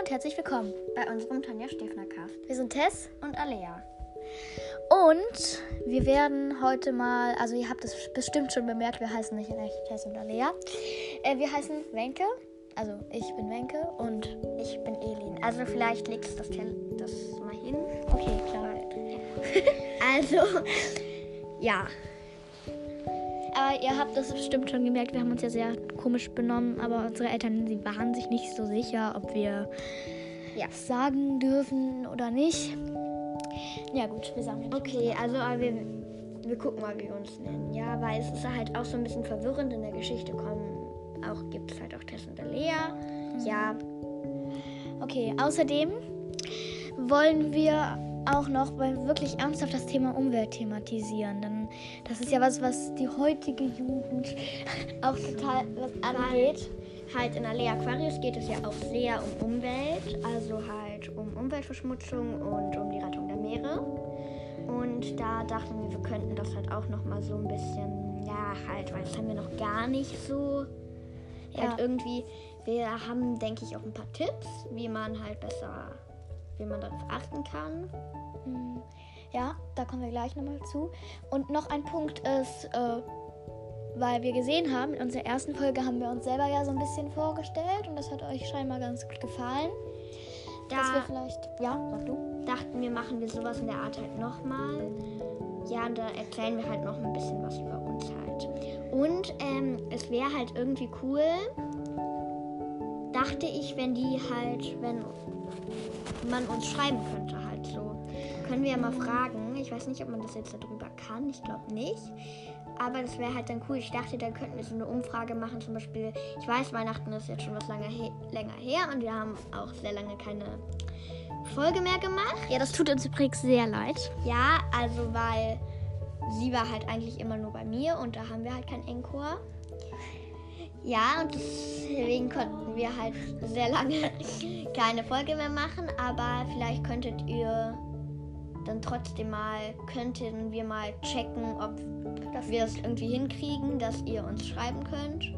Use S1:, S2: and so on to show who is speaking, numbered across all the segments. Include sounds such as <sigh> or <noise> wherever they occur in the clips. S1: und herzlich willkommen bei unserem Tanja Stefner Cast.
S2: Wir sind Tess
S1: Und Alea.
S2: und wir werden heute mal, also ihr habt es bestimmt schon bemerkt, wir heißen nicht in echt Tess und Alea. Äh, wir heißen Wenke, also ich bin Wenke und
S1: Ich bin Elin. Also vielleicht legst du das, Tel- das mal hin.
S2: okay, <laughs>
S1: <laughs>
S2: klar.
S1: Also, <laughs> ja.
S2: Aber ihr habt das bestimmt schon gemerkt, wir haben uns ja sehr komisch benommen, aber unsere Eltern, sie waren sich nicht so sicher, ob wir
S1: Ja.
S2: sagen dürfen oder nicht. Ja gut, wir sagen jetzt.
S1: Okay, also aber wir, wir gucken mal, wie wir uns nennen. Ja, weil es ist halt auch so ein bisschen verwirrend in der Geschichte. Kommen auch gibt es halt auch Tess und Alea. Ja,
S2: Okay, außerdem wollen wir auch noch mal wirklich ernsthaft das Thema Umwelt thematisieren. Denn das ist ja was, was die heutige Jugend <laughs> auch total was angeht.
S1: Halt in Alea Aquarius geht es ja auch sehr um Umwelt, also halt um Umweltverschmutzung und um die Rettung der Meere. Und da dachten wir, wir könnten das halt auch nochmal so ein bisschen, ja, halt, weil das haben wir noch gar nicht so.
S2: Ja.
S1: Halt irgendwie, wir haben, denke ich, auch ein paar Tipps, wie man halt besser, wie man darauf achten kann.
S2: Hm, Ja, da kommen wir gleich nochmal zu. Und noch ein Punkt ist, äh, weil wir gesehen haben, in unserer ersten Folge haben wir uns selber ja so ein bisschen vorgestellt und das hat euch scheinbar ganz gut gefallen. Dass wir
S1: Da
S2: vielleicht. Ja, sag du.
S1: dachten wir, machen wir sowas in der Art halt nochmal. Ja, und da erzählen wir halt noch ein bisschen was über uns halt. Und ähm, es wäre halt irgendwie cool, dachte ich, wenn die halt, wenn man uns schreiben könnte halt so. Können wir ja mal fragen. Ich weiß nicht, ob man das jetzt darüber kann. Ich glaube nicht. Aber das wäre halt dann cool. Ich dachte, dann könnten wir so eine Umfrage machen. Zum Beispiel, ich weiß, Weihnachten ist jetzt schon was lange he länger her und wir haben auch sehr lange keine Folge mehr gemacht.
S2: Ja, das tut uns übrigens sehr leid.
S1: Ja, also weil sie war halt eigentlich immer nur bei mir und da haben wir halt keinen Encore. Ja, und deswegen konnten wir halt sehr lange <laughs> keine Folge mehr machen, aber vielleicht könntet ihr dann trotzdem mal, könnten wir mal checken, ob wir es irgendwie hinkriegen, dass ihr uns schreiben könnt.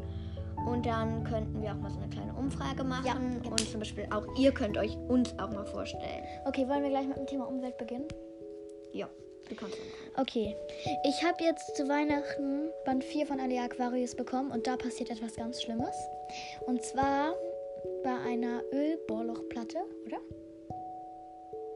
S1: Und dann könnten wir auch mal so eine kleine Umfrage machen.
S2: Ja, genau.
S1: Und zum Beispiel auch ihr könnt euch uns auch mal vorstellen.
S2: Okay, wollen wir gleich mit dem Thema Umwelt beginnen?
S1: Ja, du kannst anfangen.
S2: Okay, ich habe jetzt zu Weihnachten Band 4 von Alea Aquarius bekommen und da passiert etwas ganz Schlimmes. Und zwar bei einer Ölbohrlochplatte, oder?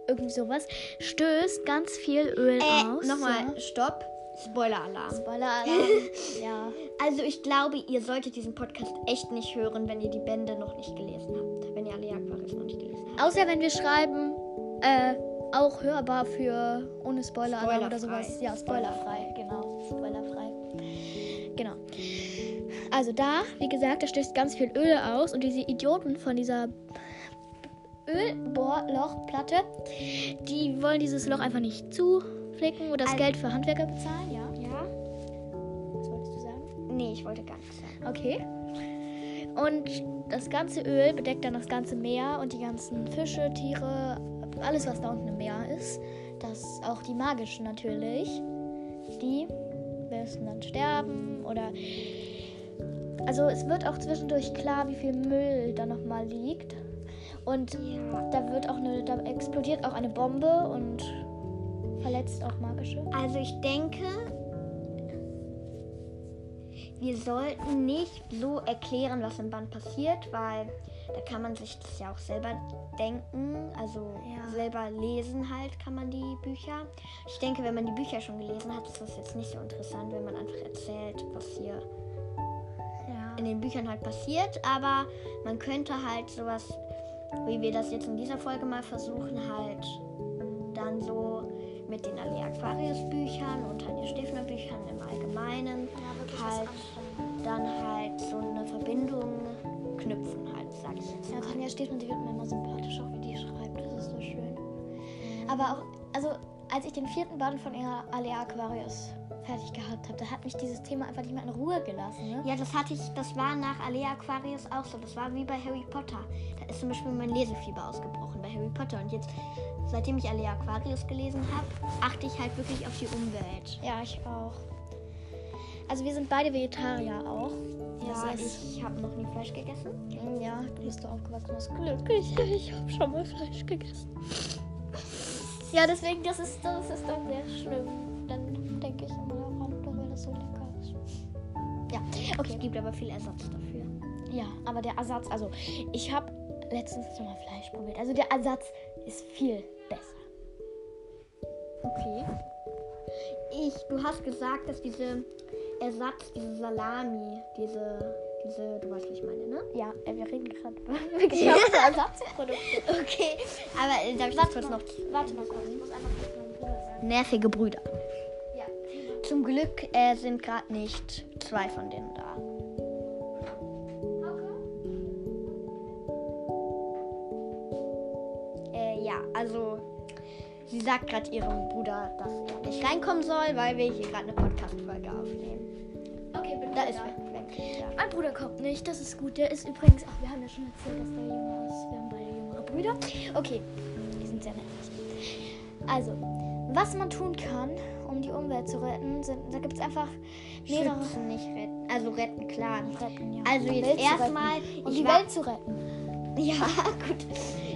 S2: Irgendwie sowas, stößt ganz viel Öl aus.
S1: Äh, nochmal, stopp.
S2: So.
S1: Spoiler-Alarm.
S2: Spoiler-Alarm. <laughs> ja.
S1: Also ich glaube, ihr solltet diesen Podcast echt nicht hören, wenn ihr die Bände noch nicht gelesen habt. Wenn ihr alle Aquarius noch nicht gelesen habt.
S2: Außer wenn wir schreiben, äh, auch hörbar für ohne Spoiler-Alarm oder
S1: Spoilerfrei.
S2: sowas. Ja, spoilerfrei, genau. Spoilerfrei. Genau. Also da, wie gesagt, da stößt ganz viel Öl aus und diese Idioten von dieser Ölbohrlochplatte, die wollen dieses Loch einfach nicht zuflicken oder das
S1: Also-
S2: Geld für Handwerker bezahlen, ja.
S1: Ja?
S2: Was wolltest du sagen?
S1: Nee, ich wollte gar nichts sagen.
S2: Okay. Und das ganze Öl bedeckt dann das ganze Meer und die ganzen Fische, Tiere, alles, was da unten im Meer ist. Das auch die magischen natürlich. Die müssen dann sterben oder. Also es wird auch zwischendurch klar, wie viel Müll da nochmal liegt. Und
S1: Ja.
S2: da wird auch eine, da explodiert auch eine Bombe und verletzt auch magische.
S1: Also ich denke, wir sollten nicht so erklären, was im Band passiert, weil da kann man sich das ja auch selber denken, also
S2: Ja.
S1: selber lesen halt kann man die Bücher. Ich denke, wenn man die Bücher schon gelesen hat, ist das jetzt nicht so interessant, wenn man einfach erzählt, was hier
S2: Ja.
S1: in den Büchern halt passiert, aber man könnte halt sowas, wie wir das jetzt in dieser Folge mal versuchen, halt dann so mit den alle Aquarius Büchern und Tanja Stefner Büchern im Allgemeinen halt dann halt so eine Verbindung knüpfen halt, sag ich jetzt.
S2: Ja, Tanja steht und die wird mir immer sympathisch, auch wie die schreibt. Das ist so schön. Aber auch, also als ich den vierten Band von ihrer Alea Aquarius fertig gehabt habe, da hat mich dieses Thema einfach nicht mehr in Ruhe gelassen. Ne?
S1: Ja, das hatte ich, das war nach Alea Aquarius auch so. Das war wie bei Harry Potter. Da ist zum Beispiel mein Lesefieber ausgebrochen bei Harry Potter. Und jetzt, seitdem ich Alea Aquarius gelesen habe, achte ich halt wirklich auf die Umwelt.
S2: Ja, ich auch. Also wir sind beide Vegetarier auch.
S1: Ja. Ja,
S2: das heißt,
S1: ich habe noch nie Fleisch gegessen.
S2: ja, du bist doch aufgewachsen aus Glück. Ich, ich habe schon mal Fleisch gegessen. Ja, deswegen, das ist, das ist dann sehr schlimm. Dann denke ich immer daran, doch weil das so lecker ist. Ja, okay.
S1: Es gibt aber viel Ersatz dafür.
S2: Ja, aber der Ersatz, also ich habe letztens nochmal Fleisch probiert. Also der Ersatz ist viel besser.
S1: Okay. Ich, du hast gesagt, dass diese Ersatz, diese Salami, diese, diese, du weißt, wie ich meine, ne?
S2: Ja, äh, wir reden gerade über <laughs> vegetarische Ersatzprodukte.
S1: Okay, aber äh, darf ich das kurz noch?
S2: Warte mal kurz, ich muss einmal kurz meinen Bruder sagen.
S1: Nervige Brüder.
S2: Ja,
S1: Zum Glück äh, sind gerade nicht zwei von denen da.
S2: Hauke?
S1: Äh, ja, also sie sagt gerade ihrem Bruder, dass er nicht reinkommen soll, weil wir hier gerade eine Podcast-Folge aufnehmen.
S2: Okay, bin
S1: Da
S2: wieder
S1: ist er. Ja.
S2: Mein Bruder kommt nicht, das ist gut. Der ist übrigens, ach, wir haben ja schon erzählt, dass der jünger ist. Wir haben beide jüngere Brüder. Okay, die sind sehr nervig. Also, was man tun kann, um die Umwelt zu retten, sind, da gibt es einfach mehrere
S1: Schützen, nicht retten. Also retten, klar.
S2: Retten, ja.
S1: Also
S2: Die
S1: jetzt
S2: Welt zu
S1: erstmal,
S2: retten. um
S1: ich
S2: die
S1: war-
S2: Welt zu retten.
S1: Ja, <laughs> gut.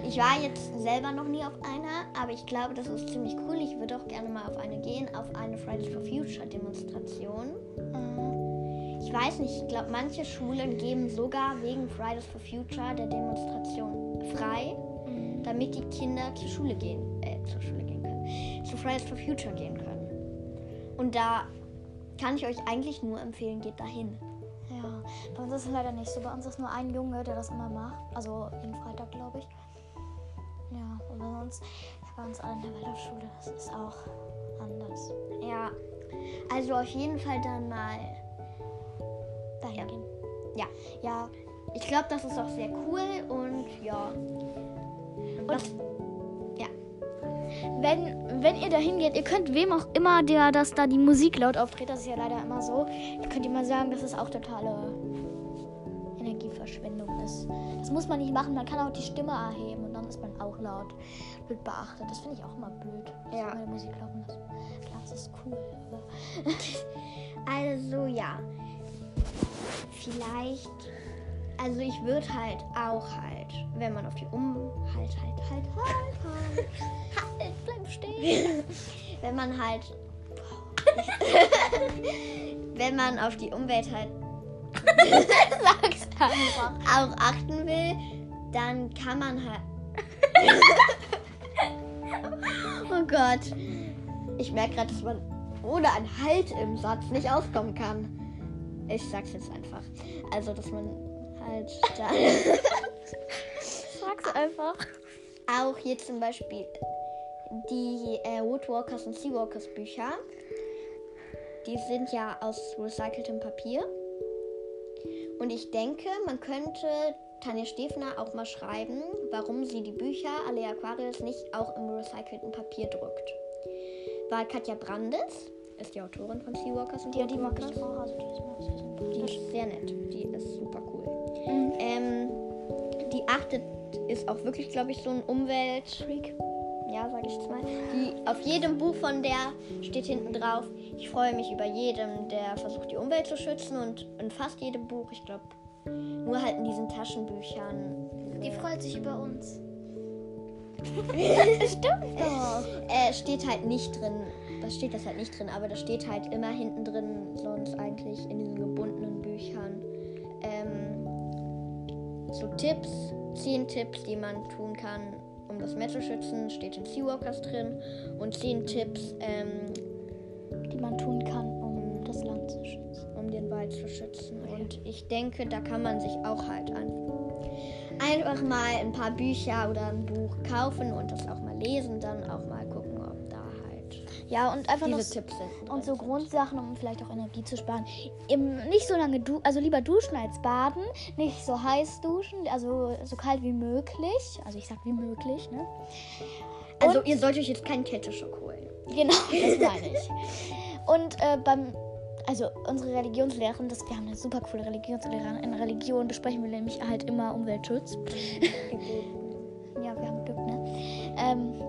S1: Ich war jetzt selber noch nie auf einer, aber ich glaube, das ist ziemlich cool. Ich würde auch gerne mal auf eine gehen, auf eine Fridays for Future Demonstration.
S2: Äh,
S1: Ich weiß nicht, ich glaube, manche Schulen geben sogar wegen Fridays for Future der Demonstration frei,
S2: Mhm.
S1: damit die Kinder zur Schule gehen, äh, zur Schule gehen können, zu Fridays for Future gehen können. Und da kann ich euch eigentlich nur empfehlen, geht dahin.
S2: ja, bei uns ist es leider nicht so. Bei uns ist nur ein Junge, der das immer macht. Also jeden Freitag, glaube ich. Ja, und bei uns, bei uns alle in der Waldorfschule, das ist auch anders.
S1: Ja, also auf jeden Fall dann mal.
S2: Dahin
S1: Ja.
S2: gehen.
S1: Ja,
S2: Ja,
S1: ich glaube, das ist auch sehr cool und ja. das, ja,
S2: Wenn, wenn ihr da hingeht, ihr könnt wem auch immer, der das da die Musik laut aufdreht, das ist ja leider immer so, ihr könnt ihm mal sagen, dass es auch totale Energieverschwendung ist. Das muss man nicht machen, man kann auch die Stimme erheben und dann ist man auch laut. Wird beachtet. Das finde ich auch immer blöd. dass
S1: Ja.
S2: man die Musik laufen lassen. Klar, das ist cool, <laughs> aber.
S1: also ja. Vielleicht. Also ich würde halt auch halt, wenn man auf die Um... Halt, halt, halt, halt, halt.
S2: Halt, bleib stehen!
S1: wenn man halt. <laughs> wenn man auf die Umwelt halt
S2: Sag's einfach.
S1: auch achten will, dann kann man halt. oh Gott. Ich merke gerade, dass man ohne ein Halt im Satz nicht auskommen kann. Ich sag's jetzt einfach. Also, dass man halt dann
S2: Sag's einfach.
S1: auch hier zum Beispiel die äh, Woodwalkers und Seawalkers Bücher. Die sind ja aus recyceltem Papier. Und ich denke, man könnte Tanja Stefner auch mal schreiben, warum sie die Bücher alle Aquarius nicht auch im recycelten Papier druckt. Weil Katja Brandes ist die Autorin von Seawalkers und
S2: Die, die mag
S1: Woodwalkers.
S2: ich auch. Also, die
S1: Die
S2: ist
S1: ist sehr nett. Die ist super cool.
S2: Mhm.
S1: Ähm, die achtet, ist auch wirklich, glaube ich, so ein Umwelt.
S2: Freak.
S1: Ja, sag ich jetzt mal. Die auf jedem Buch von der steht hinten drauf. Ich freue mich über jedem, der versucht, die Umwelt zu schützen und in fast jedem Buch, ich glaube, nur halt in diesen Taschenbüchern.
S2: Die freut sich über <laughs> uns.
S1: Stimmt doch. Äh, steht halt nicht drin. Da steht das halt nicht drin, aber da steht halt immer hinten drin, sonst eigentlich in diesen gebundenen Büchern. Ähm, so Tipps, 10 Tipps, die man tun kann, um das Meer zu schützen, steht in Seawalkers drin. Und 10 Tipps, ähm,
S2: die man tun kann, um das Land zu schützen.
S1: um den Wald zu schützen. Und ich denke, da kann man sich auch halt an einfach mal ein paar Bücher oder ein Buch kaufen und das auch mal lesen, dann auch mal gucken, ob da halt
S2: Ja, und einfach
S1: diese
S2: noch
S1: Tipps sind.
S2: und so Grundsachen, um vielleicht auch Energie zu sparen. Im, nicht so lange du, also lieber duschen als baden, nicht so heiß duschen, also so kalt wie möglich. Also ich sag wie möglich, ne?
S1: Also ihr sollt euch jetzt keinen Kälteschock holen.
S2: <laughs> Genau, das meine ich. Und äh, beim, also unsere Religionslehrerin, das, wir haben eine super coole Religionslehrerin. In Religion besprechen wir nämlich halt immer Umweltschutz. Ja, wir haben Glück, ne? Ähm,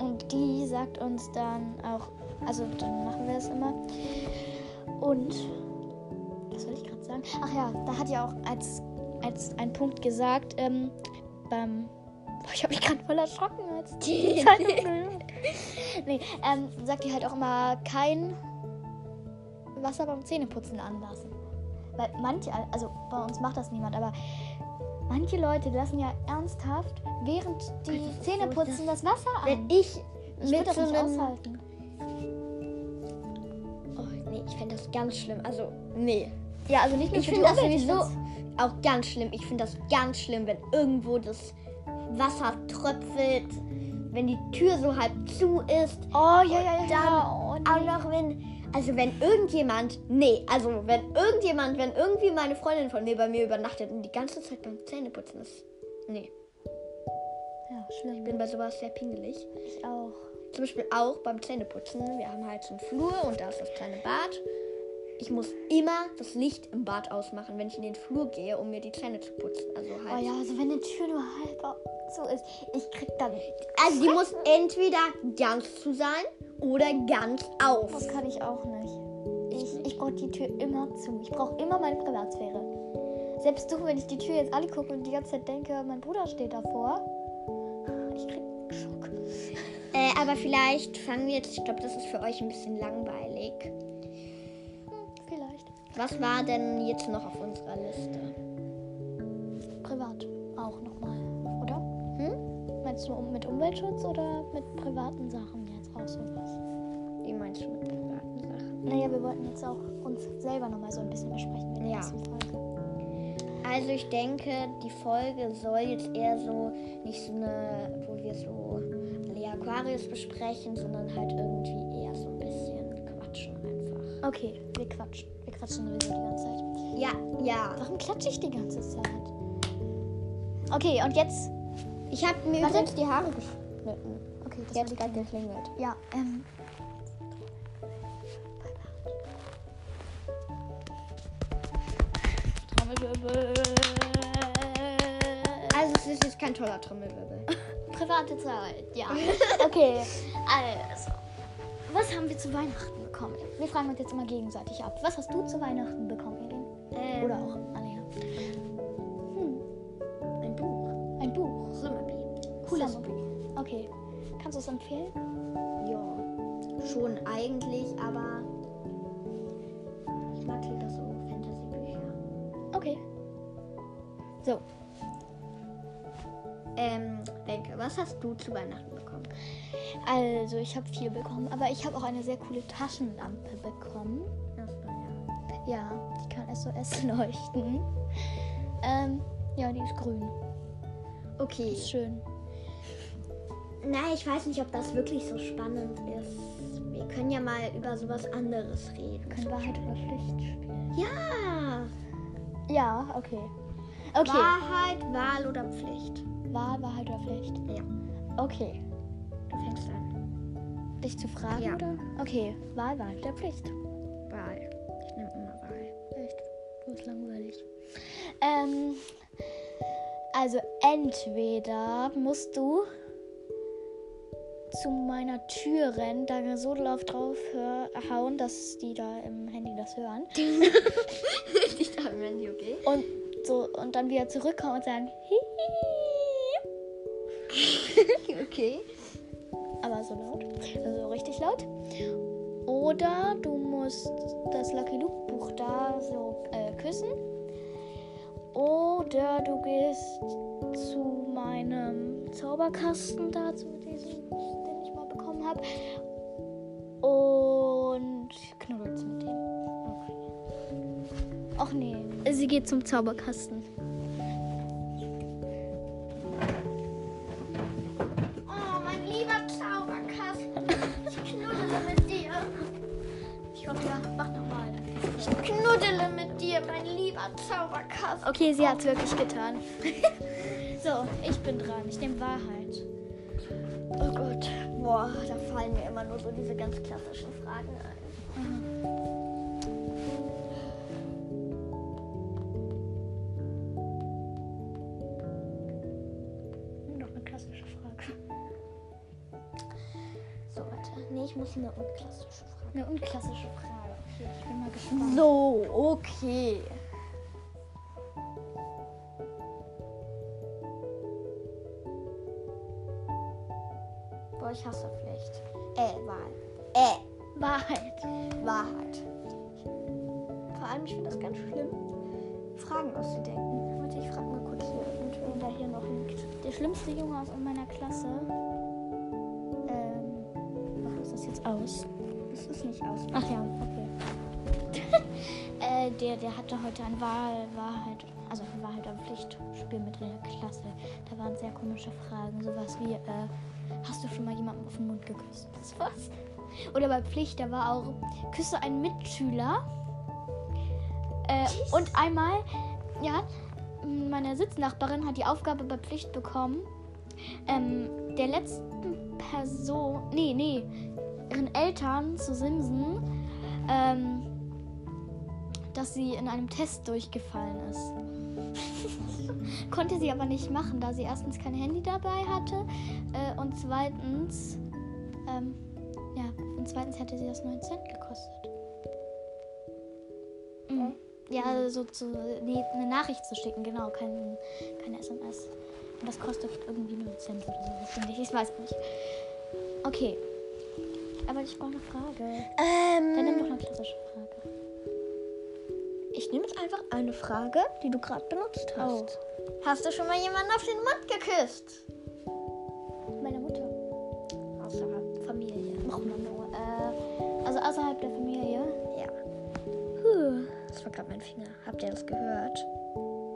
S2: und die sagt uns dann auch, also dann machen wir es immer. Und, was soll ich gerade sagen? gefallen. Ach ja, da hat ja auch als, als ein Punkt gesagt, ähm, beim. <laughs> Boah, ich habe mich gerade voll erschrocken, als die Zeitung. nee, ähm, sagt ihr halt auch immer kein Wasser beim Zähneputzen anlassen. Weil manche, also bei uns macht das niemand, aber manche Leute lassen ja ernsthaft, während die
S1: Also,
S2: Zähne
S1: so
S2: putzen, das Wasser an.
S1: Wenn ich
S2: Ich
S1: mit
S2: würde das
S1: so
S2: nicht
S1: einem.
S2: aushalten.
S1: Oh, nee, ich fände das ganz schlimm. Also, nee.
S2: Ja, also nicht nur
S1: Ich
S2: für
S1: finde
S2: die
S1: das
S2: Umwelt, ich
S1: sowieso
S2: find's-
S1: auch ganz schlimm. Ich finde das ganz schlimm, wenn irgendwo das Wasser tröpfelt, wenn die Tür so halb zu ist.
S2: Oh, ja, ja, ja. ja.
S1: Und dann
S2: oh, nee.
S1: Auch noch wenn, also wenn irgendjemand, nee, also wenn irgendjemand, wenn irgendwie meine Freundin von mir bei mir übernachtet und die ganze Zeit beim Zähneputzen ist. Nee,
S2: Ja, schlimm.
S1: ich bin bei sowas sehr pingelig.
S2: Ich auch.
S1: Zum Beispiel auch beim Zähneputzen. Wir haben halt so einen Flur und da ist das kleine Bad. Ich muss immer das Licht im Bad ausmachen, wenn ich in den Flur gehe, um mir die Zähne zu putzen. Also halt.
S2: Oh ja, also wenn die Tür nur halb au- zu ist, ich krieg dann.
S1: Also die muss entweder ganz zu sein oder ganz auf.
S2: Das kann ich auch nicht. Ich, ich brauche die Tür immer zu. Ich brauche immer meine Privatsphäre. Selbst du, wenn ich die Tür jetzt alle gucke und die ganze Zeit denke, mein Bruder steht davor. Ich krieg einen Schock. <laughs>
S1: Äh, aber vielleicht fangen wir jetzt, ich glaube, das ist für euch ein bisschen langweilig.
S2: Vielleicht.
S1: Was war denn jetzt noch auf unserer Liste?
S2: Privat auch nochmal, oder?
S1: Hm?
S2: Meinst du um- mit Umweltschutz oder mit privaten Sachen jetzt auch sowas?
S1: Wie meinst du mit privaten Sachen?
S2: Naja, wir wollten jetzt auch uns selber nochmal so ein bisschen besprechen in der
S1: Ja.
S2: ersten Folge.
S1: Also ich denke, die Folge soll jetzt eher so nicht so eine, wo wir so alle Aquarius besprechen, sondern halt irgendwie eher so ein bisschen quatschen einfach.
S2: Okay, wir quatschen. Wir quatschen sowieso die ganze Zeit.
S1: Ja, ja.
S2: Warum klatsche ich die ganze Zeit? Okay, und jetzt.
S1: Ich habe mir
S2: Warte.
S1: übrigens die Haare geschnitten.
S2: Okay, das
S1: Die hat
S2: war
S1: gerade geklingelt.
S2: die- Ja, ähm. Trommelwirbel.
S1: Also es ist jetzt kein toller <laughs> Trommelwirbel.
S2: Private Zeit, ja. <laughs> Okay, also. Was haben wir zu Weihnachten bekommen? Wir fragen uns jetzt immer gegenseitig ab. Was hast du zu Weihnachten bekommen, Elin?
S1: Ähm,
S2: Oder auch Anna?
S1: ein Buch.
S2: Ein Buch.
S1: Sommerbaby.
S2: Cooles Buch. Okay. Kannst du es empfehlen?
S1: Ja, schon eigentlich, aber ich mag lieber so Fantasy-Bücher.
S2: Okay.
S1: Ähm, denke, was hast du zu Weihnachten bekommen?
S2: Also, ich habe viel bekommen, aber ich habe auch eine sehr coole Taschenlampe bekommen. Ja, die kann SOS <laughs> leuchten. Ähm, ja, die ist grün. Die
S1: Okay.
S2: ist schön.
S1: Na, ich weiß nicht, ob das wirklich so spannend ist. Wir können ja mal über sowas anderes reden.
S2: Können Wahrheit oder Pflicht spielen.
S1: Ja.
S2: Ja, okay. Okay.
S1: Wahrheit, Wahl oder Pflicht?
S2: Wahl, Wahrheit oder Pflicht?
S1: Ja.
S2: Okay.
S1: Du fängst an.
S2: Dich zu fragen,
S1: Ja.
S2: oder? Okay. Wahl, Wahrheit oder Pflicht?
S1: Wahl. Ich nehme immer Wahl.
S2: Echt? Du bist langweilig. Ähm, also entweder musst du zu meiner Tür rennen, da so laut drauf hör, hauen, dass die da im Handy das hören.
S1: <laughs> ich dachte, Mandy, okay?
S2: Und so und dann wieder zurückkommen und sagen, Hihi.
S1: <laughs> okay.
S2: aber so laut, also richtig laut. Oder du musst das Lucky Luke Buch da so äh, küssen. Oder du gehst zu meinem Zauberkasten da, zu diesem, den ich mal bekommen habe. Und knuddelst mit dem. Ach nee, sie geht zum Zauberkasten.
S1: Oh, mein lieber Zauberkasten. Ich knuddele mit dir.
S2: Ich hoffe, ja, mach nochmal.
S1: Ich knuddele mit dir, mein lieber Zauberkasten.
S2: Okay, sie hat's wirklich getan. <laughs> so, ich bin dran. Ich nehme Wahrheit.
S1: Oh Gott. Boah, da fallen mir immer nur so diese ganz klassischen Fragen ein.
S2: Noch eine klassische Frage.
S1: So, warte. Nee, ich muss eine unklassische Frage.
S2: Eine unklassische Frage. Okay, ich bin mal gespannt.
S1: So, okay. aber ich hasse Pflicht. Äh, Wahl. Äh,
S2: Wahrheit.
S1: Wahrheit. Vor allem, ich finde das ganz schlimm, Fragen auszudenken. Warte, ich frage mal kurz hier irgendwen, der hier noch liegt.
S2: Der schlimmste Junge aus meiner Klasse. Ähm, warum ist das jetzt aus?
S1: Das ist nicht aus.
S2: Ach ja, okay. <laughs> äh, der, der hatte heute ein Wahl, Wahrheit, also ein Wahrheit und Pflichtspiel mit in der Klasse. Da waren sehr komische Fragen, sowas wie, äh, hast du schon mal jemanden auf den Mund geküsst? <laughs> Was? Oder bei Pflicht, da war auch, küsse einen Mitschüler. Äh, und einmal, ja, meine Sitznachbarin hat die Aufgabe bei Pflicht bekommen, ähm, der letzten Person, nee, nee, ihren Eltern zu simsen, ähm, dass sie in einem Test durchgefallen ist. <laughs> Konnte sie aber nicht machen, da sie erstens kein Handy dabei hatte äh, und zweitens, ähm, ja, und zweitens hätte sie das 9 Cent gekostet. Mhm. Ja, so zu, nee, eine Nachricht zu schicken, genau, kein, keine SMS. Und das kostet irgendwie 9 Cent oder so, finde ich, ich weiß nicht. Okay. Aber ich brauche eine Frage. Dann nimm doch
S1: Ähm,
S2: eine klassische Frage.
S1: ich nehme jetzt einfach eine Frage, die du gerade benutzt hast. Oh. Hast du schon mal jemanden auf den Mund geküsst?
S2: Meine Mutter.
S1: Außerhalb Familie.
S2: Warum dann nur? Äh, also außerhalb der Familie.
S1: Ja. Das war gerade mein Finger. Habt ihr das gehört?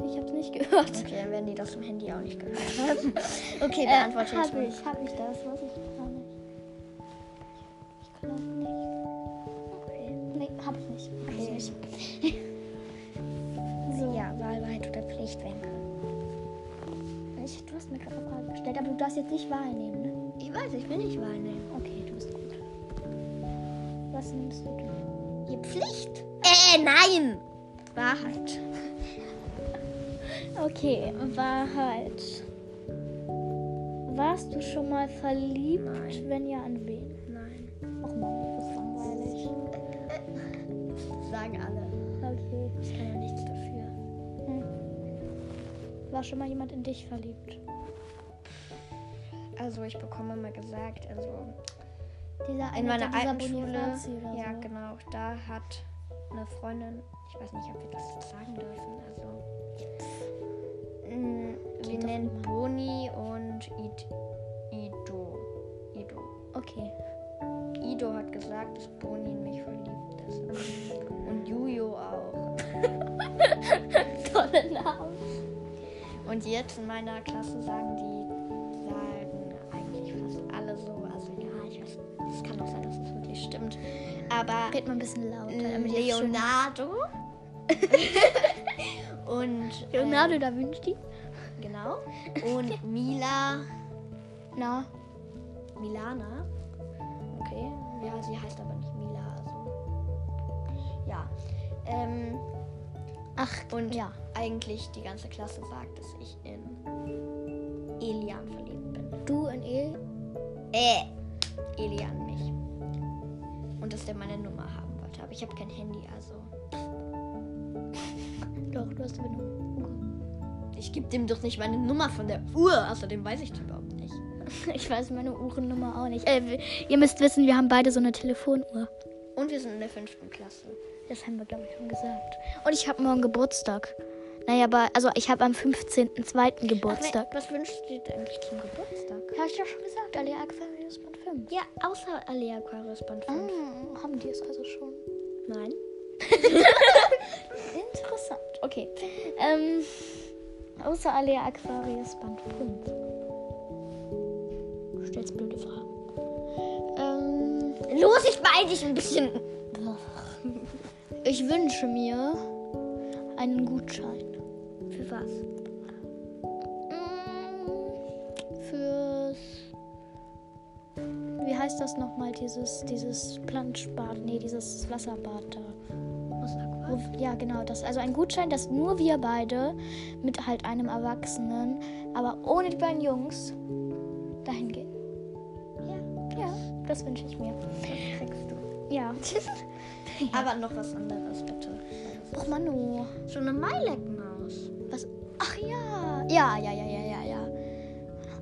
S2: Ich hab's nicht <laughs> gehört.
S1: Okay, dann werden die das im Handy auch nicht gehört haben. <laughs> Okay,
S2: Beantwortet
S1: beantworte
S2: äh,
S1: jetzt
S2: hab ich, hab
S1: mal.
S2: ich das, weiß ich gar nicht. Ich kann das nicht.
S1: Okay.
S2: Nee, hab ich nicht. Hab ich
S1: Okay.
S2: nicht.
S1: So. Ja, Wahlwahrheit oder Pflicht, wenn.
S2: Ich, du hast mir gerade eine Frage gestellt, aber du darfst jetzt nicht Wahl nehmen, ne?
S1: Ich weiß, ich will nicht Wahl nehmen.
S2: Okay, du bist gut. Was nimmst du?
S1: Die Pflicht? Äh, nein! Wahrheit.
S2: Okay, Wahrheit. Warst du schon mal verliebt?
S1: Nein.
S2: Wenn ja, an wen?
S1: Nein.
S2: Och man, das ist langweilig.
S1: Sagen alle.
S2: Okay.
S1: Ich kann ja nichts dafür.
S2: War schon mal jemand in dich verliebt?
S1: Also, ich bekomme immer gesagt, also
S2: Dieser eine,
S1: in meiner
S2: der dieser
S1: alten Schule.
S2: Bonifazi Oder
S1: Ja,
S2: so.
S1: genau. Da hat eine Freundin, ich weiß nicht, ob wir das sagen dürfen, also. Mm, Sie
S2: doch
S1: nennt Boni und Id, Ido. Ido.
S2: genau. Okay. <laughs>
S1: Ido hat gesagt, dass Boni in mich verliebt ist. Und Jujo auch.
S2: Tolle Namen.
S1: Und jetzt in meiner Klasse sagen die, sagen eigentlich fast alle so. Also ja, ich weiß, es kann auch sein, dass es wirklich stimmt. Aber
S2: Red mal ein bisschen lauter. damit ihr schön- <laughs>
S1: Leonardo und äh,
S2: Leonardo da Vinci.
S1: genau
S2: <laughs>
S1: und Mila
S2: Na,
S1: Milana. Okay, ja, sie heißt aber nicht Mila, also ja. Ähm,
S2: ach,
S1: und
S2: ja.
S1: eigentlich die ganze Klasse sagt, dass ich in Elian verliebt bin.
S2: Du und Il.
S1: Äh, Elian mich. Und dass der meine Nummer haben wollte, aber ich habe kein Handy, also
S2: Doch, du hast genommen.
S1: ich gebe dem doch nicht meine Nummer von der Uhr, außerdem weiß ich die überhaupt nicht.
S2: <laughs> Ich weiß meine Uhrennummer auch nicht. Äh, wir- ihr müsst wissen, wir haben beide so eine Telefonuhr.
S1: Und wir sind in der fünften Klasse.
S2: Das haben wir, glaube ich, schon gesagt. Und ich habe morgen Geburtstag. Naja, aber, also ich habe am 15.02. Geburtstag.
S1: was wünschst du dir eigentlich zum Geburtstag?
S2: Habe ich doch schon gesagt, Alia Aquarius Band 5.
S1: Ja, außer Alea Aquarius Band
S2: Ah,
S1: 5.
S2: haben die es also schon?
S1: Nein.
S2: Interessant. Okay. Ähm, außer Alea Aquarius Band 5. Du stellst blöde Fragen. Ähm,
S1: Los, ich beeil dich ein bisschen.
S2: ich wünsche mir einen Gutschein.
S1: Für was?
S2: Mm, Fürs. Wie heißt das nochmal? Dieses, dieses Planschbad. Nee, dieses Wasserbad da.
S1: Aus Aquarius.
S2: Wo- Ja, genau, das. Also ein Gutschein, dass nur wir beide mit halt einem Erwachsenen, aber ohne die beiden Jungs, dahin gehen.
S1: Ja,
S2: Ja, das wünsche ich mir.
S1: das kriegst <laughs> du.
S2: Ja.
S1: Aber noch was anderes, bitte.
S2: Och, Manu.
S1: So eine Maileck-Maus.
S2: Was? Ach ja. Ja, ja, ja, ja, ja, ja.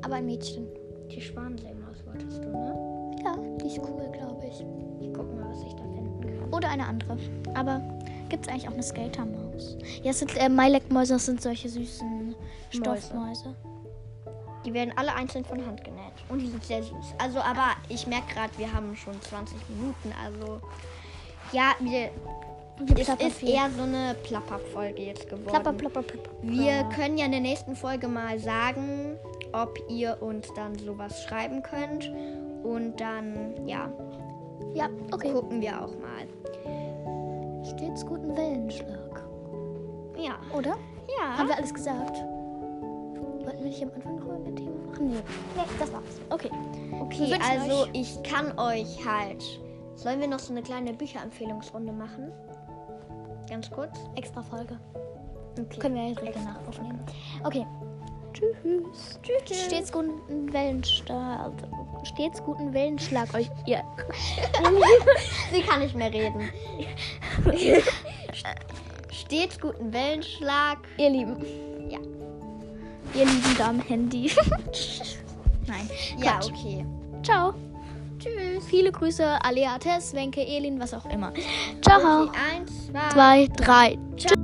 S2: Aber ein Mädchen.
S1: Die Schwanenseemaus wollte hattest du, ne?
S2: Ja, die ist cool, glaube ich.
S1: Ich guck mal, was ich da finden kann.
S2: Oder eine andere. Aber gibt es eigentlich auch eine Skatermaus? Ja, es sind äh, Maileck-Mäuse, das sind solche süßen Stoffmäuse.
S1: Die werden alle einzeln von Hand genäht. Und die sind sehr süß. Also, aber ich merke gerade, wir haben schon 20 Minuten. Also, ja, wir,
S2: Wir
S1: es
S2: plappern
S1: ist
S2: viel.
S1: eher so eine Plapperfolge jetzt geworden.
S2: Plapper, plapper, plapper.
S1: Wir
S2: plapper.
S1: können ja in der nächsten Folge mal sagen, ob ihr uns dann sowas schreiben könnt. Und dann, ja,
S2: Ja, okay.
S1: gucken wir auch mal.
S2: Stets guten Wellenschlag.
S1: Ja.
S2: Oder?
S1: Ja.
S2: Haben wir alles gesagt? Wollten wir nicht am Anfang noch ein Thema machen? Nee. Nee, das war's. Okay.
S1: okay,
S2: wir wünschen
S1: also
S2: euch-
S1: ich kann euch halt. Sollen wir noch so eine kleine Bücherempfehlungsrunde machen? Ganz kurz.
S2: Extra Folge.
S1: Okay.
S2: Können wir ja direkt danach aufnehmen. Okay. Tschüss.
S1: Tschüss, tschüss.
S2: Stets guten Wellenschlag. Stets guten Wellenschlag euch. Ihr. <laughs>
S1: Sie kann nicht mehr reden. Stets guten Wellenschlag.
S2: Ihr Lieben.
S1: Ja.
S2: Ihr Lieben da am Handy. <laughs> Nein.
S1: Ja,
S2: Quatsch.
S1: okay.
S2: Ciao.
S1: Tschüss.
S2: Viele Grüße, Alea, Tess, Wenke, Elin, was auch immer. Ciao.
S1: Okay, eins, zwei.
S2: Zwei, drei. Tschüss.